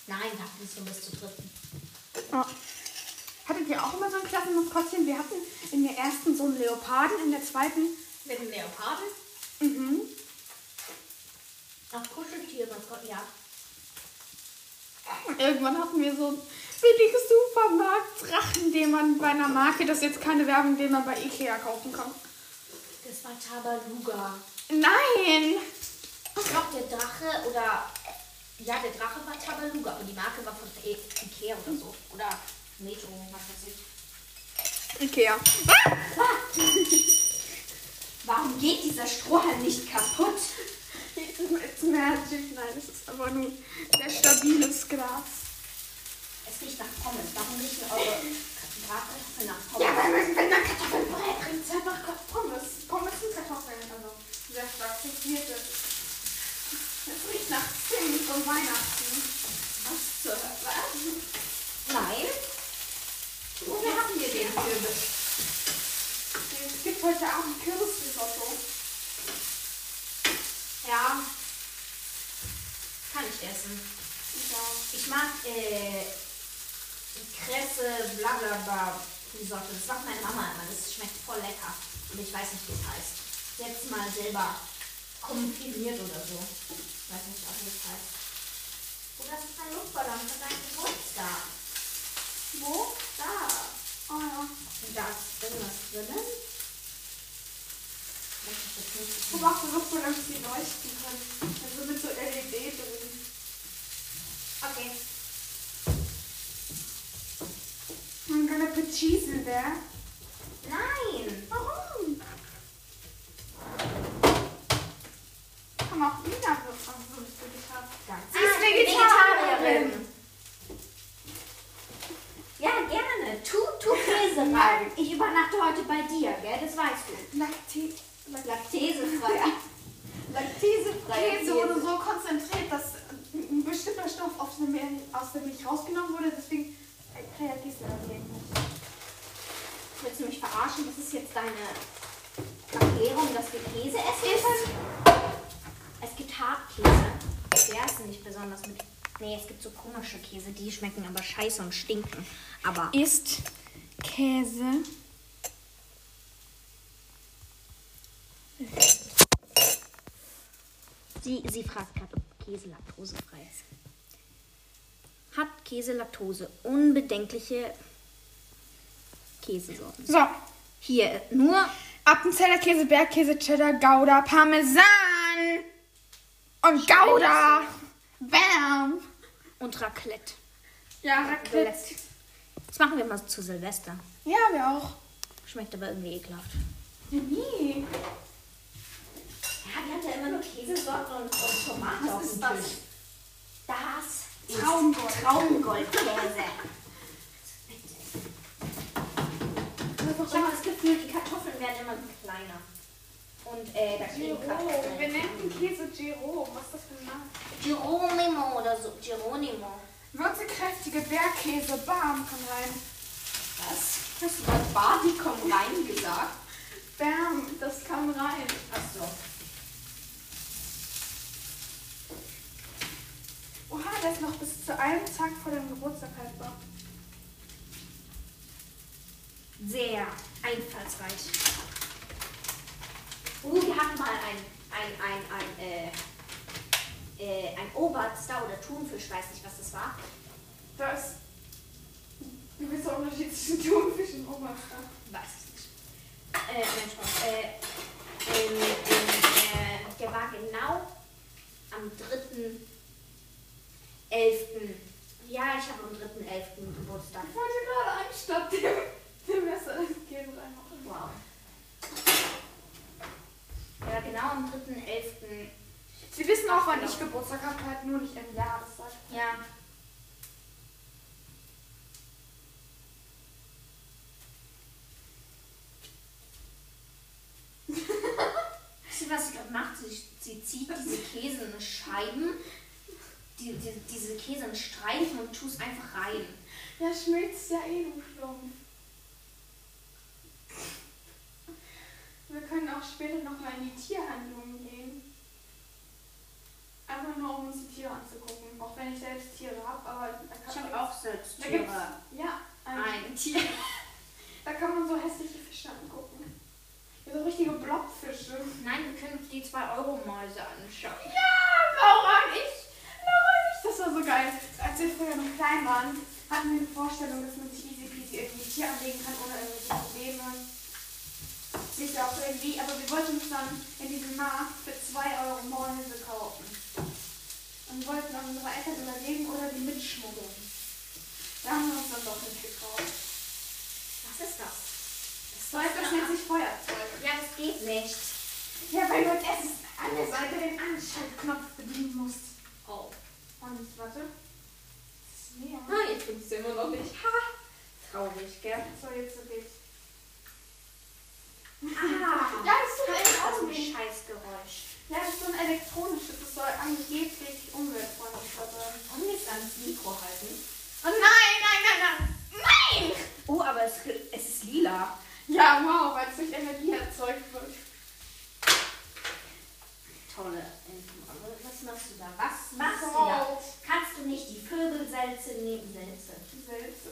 B: Nein, wir hatten es nur bis zur dritten.
A: Ja. Hattet ihr auch immer so ein Klassenmaskottchen? Wir hatten in der ersten so einen Leoparden, in der zweiten...
B: Mit dem Leoparden?
A: Mhm.
B: Ach, Kuscheltier, mein Gott, ja.
A: Und Irgendwann hatten wir so einen billigen Supermarktdrachen, den man bei einer Marke, das ist jetzt keine Werbung, den man bei Ikea kaufen kann.
B: Das war Tabaluga.
A: Nein!
B: Ich glaube, der Drache oder. Ja, der Drache war Tabaluga, aber die Marke war von I- Ikea oder so. Oder Metro, was weiß ich.
A: Ikea.
B: Warum geht dieser Strohhalm nicht kaputt?
A: It's magic. Nein, es ist aber nur sehr stabiles Glas.
B: Es riecht nach Pommes. Warum riechen eure Bratkartoffeln nach Pommes?
A: Ja, weil wenn, wenn man Kartoffeln brät, bringt es einfach Pommes. Pommes sind Kartoffeln, also sehr stark frittierte. Es riecht nach Zimt und Weihnachten.
B: Was zur Hölle? Nein. Woher haben wir den Kürbis?
A: Es gibt heute Abend Kürbisrisotto.
B: Ja. Kann ich essen. Ich mag äh, Kresse Blablabla Risotto. Das macht meine Mama immer. Das schmeckt voll lecker. Und ich weiß nicht, wie es heißt. Jetzt mal selber komprimiert oder so. Ich weiß nicht, ob es heißt. Oh, das ist ein Luftballon für deinen Geburtstag. Wo? Da.
A: Oh ja.
B: Und da ist irgendwas drinnen. Weiß ich jetzt nicht.
A: Du machst so cool, dass die leuchten können. Also mit so LED drin.
B: Okay.
A: Man kann ein Cheesel there.
B: Nein.
A: Warum? Komm auch wieder so, also, du bist
B: Ganz Ah,
A: Sie ist Vegetarierin.
B: Ja, gerne. Tu, tu Käse rein. Ich übernachte heute bei dir, gell? Das weißt du.
A: Lakti
B: Laktesefrei. Laktesefrei.
A: Käse wurde so konzentriert, dass ein bestimmter Stoff aus der Milch, aus der Milch rausgenommen wurde. Deswegen reagierst du dann nicht.
B: Willst du mich verarschen? Das ist jetzt deine Erklärung, dass wir Käse essen können? Es gibt Hartkäse.
C: Wir essen nicht besonders mit. Nee, es gibt so komische Käse, die schmecken aber scheiße und stinken. Aber
A: Ist Käse.
C: sie, sie fragt gerade, ob Käse laktosefrei ist. Hat Käse Laktose? Unbedenkliche Käsesorten.
A: So,
C: Hier, nur
A: Appenzeller Käse, Bergkäse, Cheddar, Gouda, Parmesan und Gouda. Bam.
C: und Raclette.
A: Ja, Raclette.
C: Das machen wir mal zu Silvester.
A: Ja, wir auch.
C: Schmeckt aber irgendwie ekelhaft.
A: Wie?
B: Ja, wir haben ja immer nur Käsesorten und, und Tomaten auf dem Tisch. Das ist
A: Traumgold.
B: (laughs) Traumgoldkäse. Ich habe das Gefühl, die Kartoffeln werden immer kleiner. Und äh, da
A: Giro. Wir
B: kriegen Kartoffeln. Mhm.
A: nennen den Käse Giro. Was ist das für ein Name?
B: Geronimo oder so. Geronimo.
A: Würzekräftige Bergkäse, bam, komm rein.
B: Was? Hast du gerade Barbie komm rein gesagt?
A: Bam, das kam rein.
B: Achso.
A: Oha, der ist noch bis zu einem Tag vor dem Geburtstag halt haltbar.
B: Sehr einfallsreich. Uh, wir hatten mal ein, ein, ein, ein, äh, äh, ein Oberst da oder Thunfisch, weiß nicht, was das war.
A: Da ist ein gewisser Unterschied zwischen Thunfisch und Oberstadt.
B: Weiß ich nicht. Äh, Mensch, was, äh, ähm, ähm, äh, der war genau am 3.11. Ja, ich habe am 3.11. Geburtstag.
A: Ich wollte gerade anstatt dem, dem Messer das Käse reinmachen.
B: Wow. Ja, genau am 3.11.
A: Sie wissen auch, wann ich Geburtstag habe, halt nur nicht im Jahrestag.
B: Ja. (laughs) Wisst ihr, was sie gerade macht? Sie, sie zieht diese Käse in Scheiben, die, die, diese Käse in Streifen und tust einfach rein.
A: Ja, schmilzt ja eh du Schlumpf. Wir können auch später nochmal in die Tierhandlungen gehen. Einfach nur, um uns die Tiere anzugucken. Auch wenn ich selbst Tiere habe, aber da kann
B: Ich
A: man
B: habe auch selbst
A: Da gibt's,
B: Tiere.
A: ja, ein,
B: Ein Tier.
A: da kann man so hässliche Fische angucken. Ja, So richtige Blobfische.
B: Nein, wir können uns die 2-Euro-Mäuse anschauen.
A: Ja, Laura und ich. Laura und ich. Das war so geil. Als wir früher noch klein waren, hatten wir die Vorstellung, dass man sich easy peasy irgendwie Tier anlegen kann ohne irgendwelche Probleme. Sich auch irgendwie, aber wir wollten uns dann in diesem Markt für 2 Euro Mäuse kaufen. Und wollten dann unsere Eltern überleben oder die mitschmuggeln. Da haben wir uns dann doch nicht gekauft.
B: Was ist das?
A: So etwas nennt sich Feuerzeug.
B: Ja, das geht nicht.
A: Ja, weil du als erstes an der Seite den Anschaltknopf bedienen musst.
B: Oh.
A: Und warte. Das ist leer.
B: Nein, ich finde es immer noch nicht. Ha! Traurig, gell?
A: So, jetzt geht's.
B: Ah!
A: Ja, das tut
B: Das
A: echt
B: ist
A: auch
B: ein
A: nicht.
B: Scheißgeräusch.
A: Ja, das ist so ein elektronisches, das soll angeblich umweltfreundlicher sein.
B: Und jetzt ans Mikro halten.
A: Oh nein, nein, nein, nein! Nein!
B: Oh, aber es, es ist lila.
A: Ja, wow, weil es durch Energie erzeugt wird.
B: Tolle Info. Aber Was machst du da? Was machst du da?
A: Wow.
B: Kannst du nicht die Vögelsalze nehmen? Salze.
A: Selbst.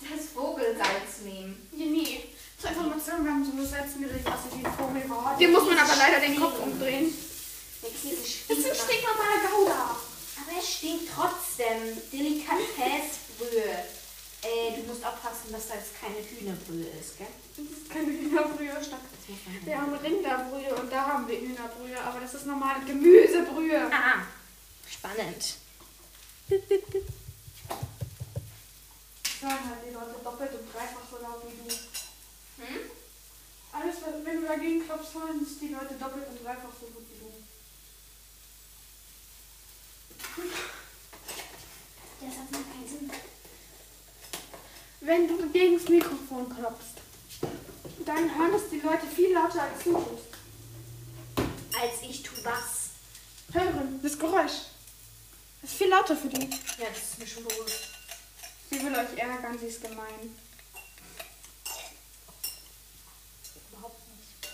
B: Das Vogelsalz nehmen.
A: Ja, nee. Zur Information, wir haben so eine Selbstmittel, die aussieht wie ein Vogel. Oh,
B: Dem muss man aber leider den Kopf
A: umdrehen.
B: Der Käse
A: Das ist
B: stinkt.
A: ein
B: nach-
A: stinknormaler Gouda.
B: Aber es stinkt trotzdem. Delikatessbrühe. Äh, du musst aufpassen, dass da jetzt keine Hühnerbrühe ist, gell?
A: Das ist keine Hühnerbrühe, statt
B: Das muss man
A: Wir haben Rinderbrühe und da haben wir Hühnerbrühe, aber das ist normale Gemüsebrühe.
B: Ah,
C: Spannend.
A: Sagen halt die Leute doppelt und dreifach so laut wie du.
B: hm?
A: Alles, was- wenn du dagegen klopfst, hören es die Leute doppelt und dreifach so gut wie du.
B: Das hat mir keinen Sinn.
A: wenn du gegen das Mikrofon klopfst, dann hören es die Leute viel lauter als du tust.
B: Als ich tu was.
A: Hören, das Geräusch. Das ist viel lauter für die.
B: Ja, das ist mir schon bewusst.
A: Sie will euch ärgern, sie ist gemein.
B: Überhaupt nicht.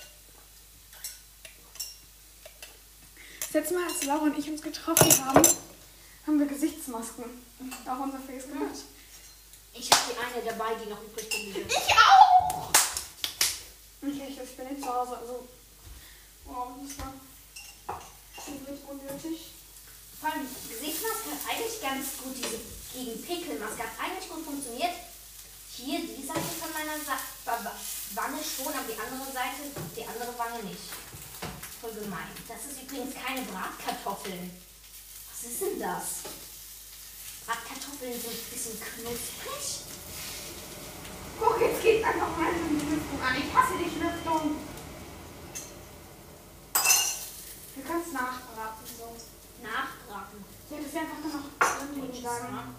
A: Das letzte Mal, als Laura und ich uns getroffen haben, haben wir Gesichtsmasken auf unser Face gemacht.
B: Ich habe die eine dabei, die noch übrig geblieben ist.
A: Ich auch! Okay, ich, ich bin nicht zu Hause, also. Wow, das war. Das wird unnötig.
B: Vor allem, Gesichtsmaske hat eigentlich ganz gut diese gegen Pickelmaske hat eigentlich gut funktioniert. Hier die Seite von meiner Sa Wa- Wa- Wange schon, aber die andere Seite, die andere Wange nicht. Voll gemein. Das ist übrigens keine Bratkartoffeln. Was ist denn das? Bratkartoffeln sind ein bisschen knusprig.
A: Guck, jetzt geht einfach mal in die Lüftung an. Ich hasse die Lüftung. Wir können es nachbraten, so.
B: Nachbraten.
A: Ich hätte es einfach nur noch drin liegen lassen.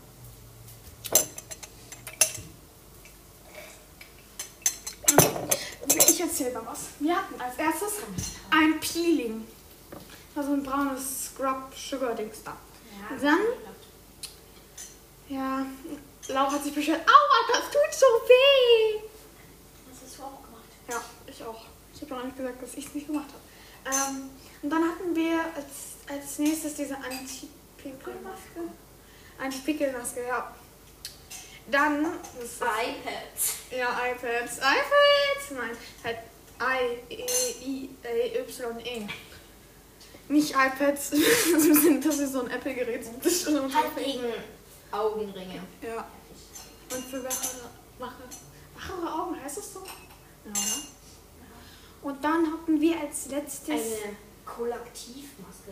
A: Ich erzähle mal was. Wir hatten als erstes ein Peeling. Also ein braunes Scrub-Sugar-Dings da. Und dann? Ja, Laura hat sich beschwert. Aua, das tut so weh.
B: Das hast du auch gemacht.
A: Ja, ich auch. Ich habe noch nicht gesagt, dass ich es nicht gemacht habe. Ähm, und dann hatten wir als, als nächstes diese Anti-Pickel-Maske. Anti-Pickel-Maske, ja. Dann, das war
B: iPads.
A: Ja, iPads. iPads! Nein, halt I, E, I, A, Y, E. Nicht iPads. (laughs) das ist ein bisschen- das ist so ein Apple-Gerät. Das ist schon so ein
B: Halt
A: Apple.
B: wegen Augenringe.
A: Ja. Und für wachere, wache, wachere Augen heißt es so? Ja, oder? Und dann hatten wir als letztes.
B: Eine Kohlaktivmaske.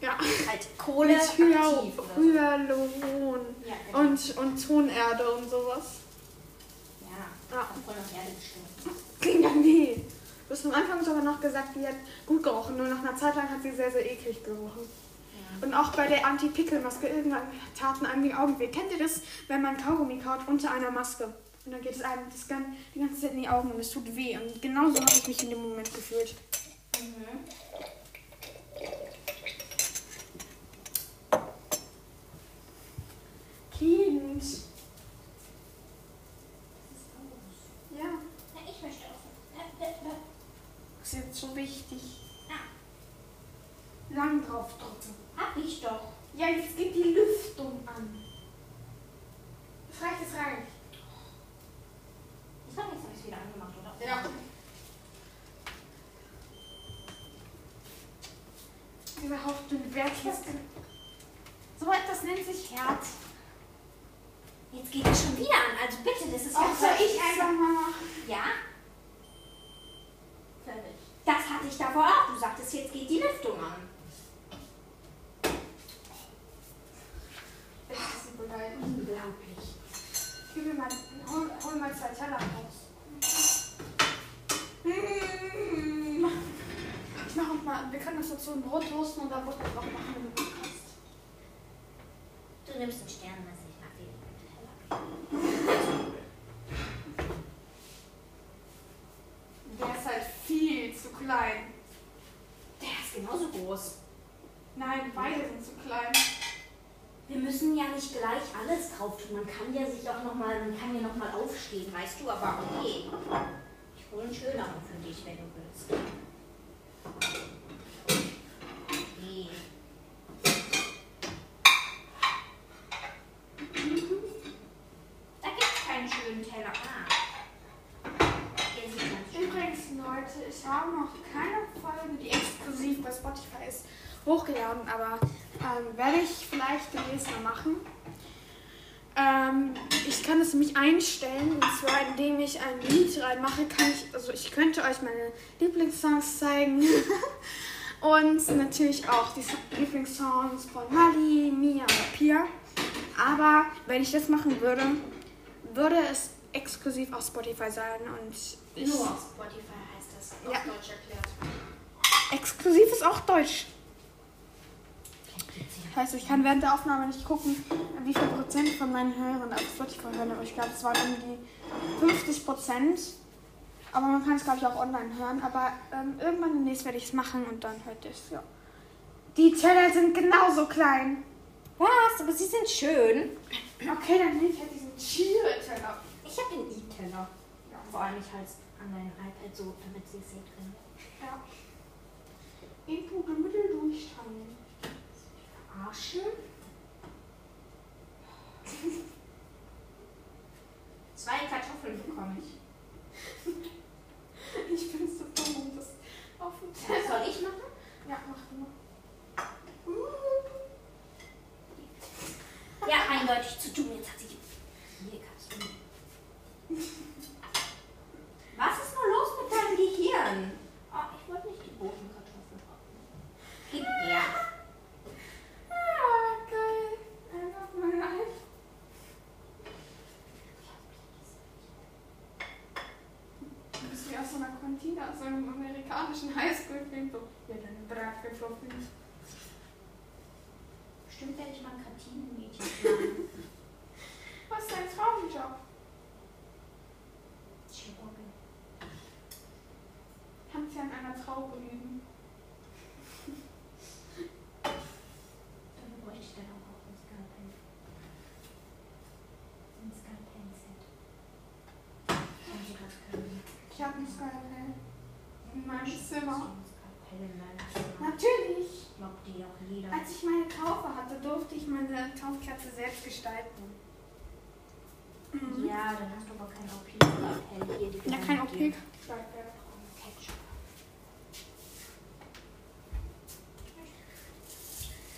A: ja.
B: (laughs) Halt genau.
A: Mit
B: Kohleaktiv
A: Hyal-
B: oder so.
A: Hyaluron.
B: Ja, genau.
A: Und, und Tonerde und sowas.
B: Ja,
A: Ja.
B: voll auf Erde geschrieben.
A: Klingt ja weh. Du hast am Anfang sogar noch gesagt, die hat gut gerochen, nur nach einer Zeit lang hat sie sehr, sehr eklig gerochen. Und auch bei der Anti-Pickel-Maske, irgendwann taten einem die Augen weh. Kennt ihr das, wenn man Kaugummi kaut unter einer Maske? Und dann geht es einem das gan die ganze Zeit in die Augen und es tut weh. Und genau so habe ich mich in dem Moment gefühlt. Kind. Ja.
B: Na, ich möchte auch.
A: Ist jetzt so wichtig.
B: Ah.
A: Lang drauf drücken.
B: Hab ich doch.
A: Ja, jetzt geht die Lüftung an. Das reicht, das reicht.
B: Ich habe jetzt alles wieder angemacht, oder?
A: Dieser hauchdünne Wertkiste. So etwas nennt sich Herz.
B: Jetzt geht es schon wieder an. Also bitte, das ist
A: Auch soll ich einfach mal machen.
B: Ja? Fertig. Das hatte ich davor auch. Du sagtest, jetzt geht die Lüftung (laughs) an.
A: Das ist ein Beleidigung.
B: Unglaublich.
A: Gib mir mal, hol, hol mal zwei Teller raus. Mm. Ich mach auch mal, wir können das dazu ein Brot toasten und dann Butter drauf machen, wenn du Bock hast.
B: Du nimmst einen Stern, was ich nach dir.
A: Der ist halt viel zu klein.
B: Der ist genauso groß.
A: Nein, beide sind zu klein.
B: Wir müssen ja nicht gleich alles drauf tun. Man kann ja sich auch nochmal, man kann ja nochmal aufstehen, weißt du, aber okay. Ich hole einen schöneren für dich, wenn du willst. Nee. Da gibt's keinen schönen Teller. Ah. Der sieht ganz schön aus.
A: Übrigens, Leute, ich habe noch keine Folge, die exklusiv bei Spotify ist, hochgeladen, aber ähm, werde ich vielleicht demnächst mal machen. Ähm, ich kann es nämlich einstellen, und zwar indem ich ein Lied reinmache, kann ich, also ich könnte euch meine Lieblingssongs zeigen. (laughs) und natürlich auch die So- Lieblingssongs von Mali, Mia und Pia. Aber wenn ich das machen würde, würde es exklusiv auf Spotify sein und ich,
B: Nur auf Spotify heißt das. Auf
A: Ja.
B: Deutsch erklärt.
A: Exklusiv ist auch deutsch. Scheiße, ich kann während der Aufnahme nicht gucken, wie viel Prozent von meinen Hörern auf Spotify hören, aber ich glaube, es waren irgendwie 50 Prozent. Aber man kann es, glaube ich, auch online hören. Aber ähm, irgendwann demnächst werde ich es machen und dann hört ihr es, ja. Die Teller sind genauso klein.
B: Was? Aber sie sind schön.
A: Okay, dann nehme ich halt diesen Cheerio-Teller.
B: Ich habe den E-Teller. Vor allem ich halte es an meinem iPad so, damit sie es sehen können.
A: Ja. Irgendwo im Mittel durchteilen.
B: Arschen? Zwei Kartoffeln bekomme ich.
A: Ich bin so dumm, um das auf dem Teller.
B: Soll ich machen?
A: Ja, mach du mal.
B: Ja, eindeutig zu tun. Jetzt hat sie die Kartoffeln. Was ist nur los mit deinem Gehirn? Oh, ich wollte nicht die roten Kartoffeln haben. Gib her.
A: Ah, geil. Einfach mal live. Du bist wie aus so einer Kantine, aus einem amerikanischen Highschool-Film. So, ja, deine Bratkartoffeln.
B: Bestimmt werde ich mal ein Kantinenmädchen.
A: Was ist dein Traumjob?
B: Chirurgin.
A: Kannst ja an einer Traube üben.
B: Dann bräuchte ich dann auch ein Skalpell. Ein Skalpell-Set. Ich habe sogar Skalpell.
A: Ich habe einen Skalpell. In meinem Zimmer.
B: Ein Skalpell in meinem Zimmer.
A: Natürlich.
B: Ich glaube, die auch jeder.
A: Als ich meine Taufe hatte, durfte ich meine Taufkerze selbst gestalten.
B: Ja, dann hast du aber kein OP-Skalpell hier. die
A: Ja, kein
B: werden
A: OP.
B: dir Ketchup.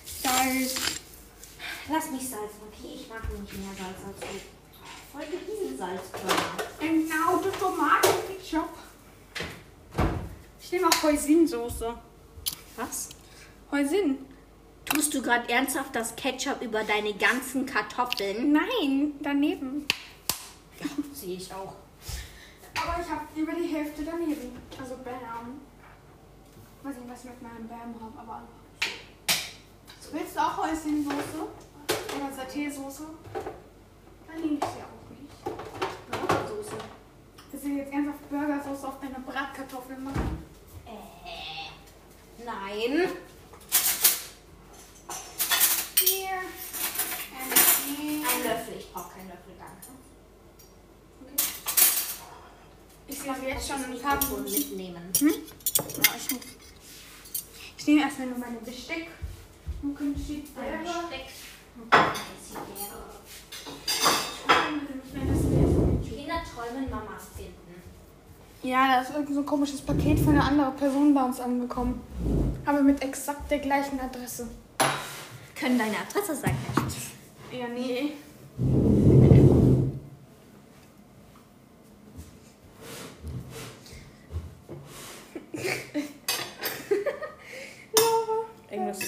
A: Salz.
B: Lass mich salzen, okay? Ich mag nicht mehr Salz als du. Heute diesen Salzkörner.
A: Genau, das Tomatenketchup. Ich nehme auch Hoisinsoße.
C: Was?
A: Hoisin?
C: Tust du gerade ernsthaft das Ketchup über deine ganzen Kartoffeln?
A: Nein, daneben.
B: Sehe ich auch.
A: Aber ich habe über die Hälfte daneben. Also Bam. Weiß nicht, was ich mit meinem Bam habe, aber. Willst du auch Häuschensoße? Oder Saté-Soße? Dann nehme ich sie auch nicht.
B: Soße.
A: Willst du jetzt ernsthaft Burgersoße auf deine Bratkartoffeln machen?
B: Äh. Nein.
A: Hier. Und hier.
B: Ein Löffel. Ich brauche keinen Löffel, danke.
A: Ich sehe jetzt schon ein paar
B: Mikrofon mitnehmen.
A: Ja, ich muss. Ich nehme erstmal nur meine Besteck. Und können steht
B: Ein
A: selber.
B: Besteck. Kinder träumen Mamas finden.
A: Ja, da ist irgend so ein komisches Paket von einer anderen Person bei uns angekommen. Aber mit exakt der gleichen Adresse.
C: Können deine Adresse sagen?
A: Ja, (laughs) nee. Laura,
C: Irgendwas.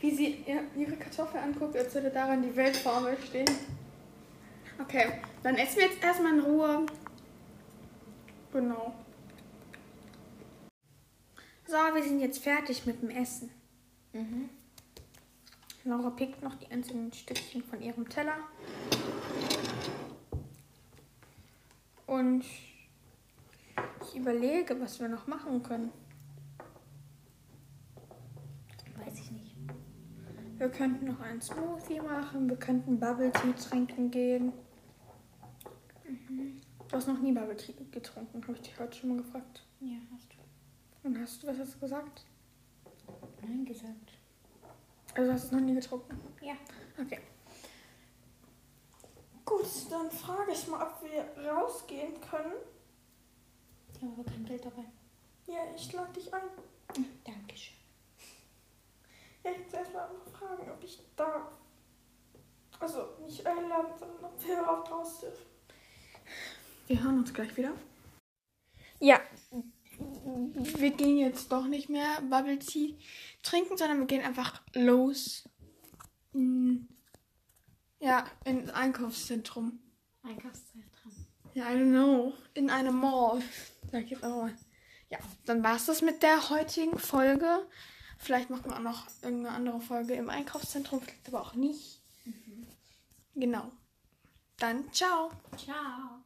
A: wie sie ihr- ihre Kartoffel anguckt, als würde darin die Weltformel stehen. Okay, dann essen wir jetzt erstmal in Ruhe. Genau. So, wir sind jetzt fertig mit dem Essen. Laura pickt noch die einzelnen Stückchen von ihrem Teller. Und ich überlege, was wir noch machen können.
C: Weiß ich nicht.
A: Wir könnten noch einen Smoothie machen, wir könnten Bubble Tea trinken gehen.
C: Mhm.
A: Du hast noch nie Bubble Tea getrunken, habe ich dich heute schon mal gefragt.
C: Ja, hast du.
A: Und hast du, was hast du gesagt?
C: Nein gesagt.
A: Also hast du es noch nie getrunken?
C: Ja.
A: Okay. Gut, dann frage ich mal, ob wir rausgehen können.
C: Ich habe aber kein Geld dabei. Hm,
A: Ja, ich lade dich ein.
C: Dankeschön.
A: Ja, ich muss erstmal fragen, ob ich darf. Also nicht einladen, sondern ob wir überhaupt raus dürfen. Wir hören uns gleich wieder. Ja, wir gehen jetzt doch nicht mehr Bubble Tea trinken, sondern wir gehen einfach los. in- Ja, ins Einkaufszentrum.
C: Einkaufszentrum.
A: Ja, I don't know. In einem Mall. Sag ich jetzt auch mal. Ja, dann war es das mit der heutigen Folge Vielleicht machen wir auch noch irgendeine andere Folge im Einkaufszentrum, vielleicht aber auch nicht. Genau. Dann ciao.
B: Ciao.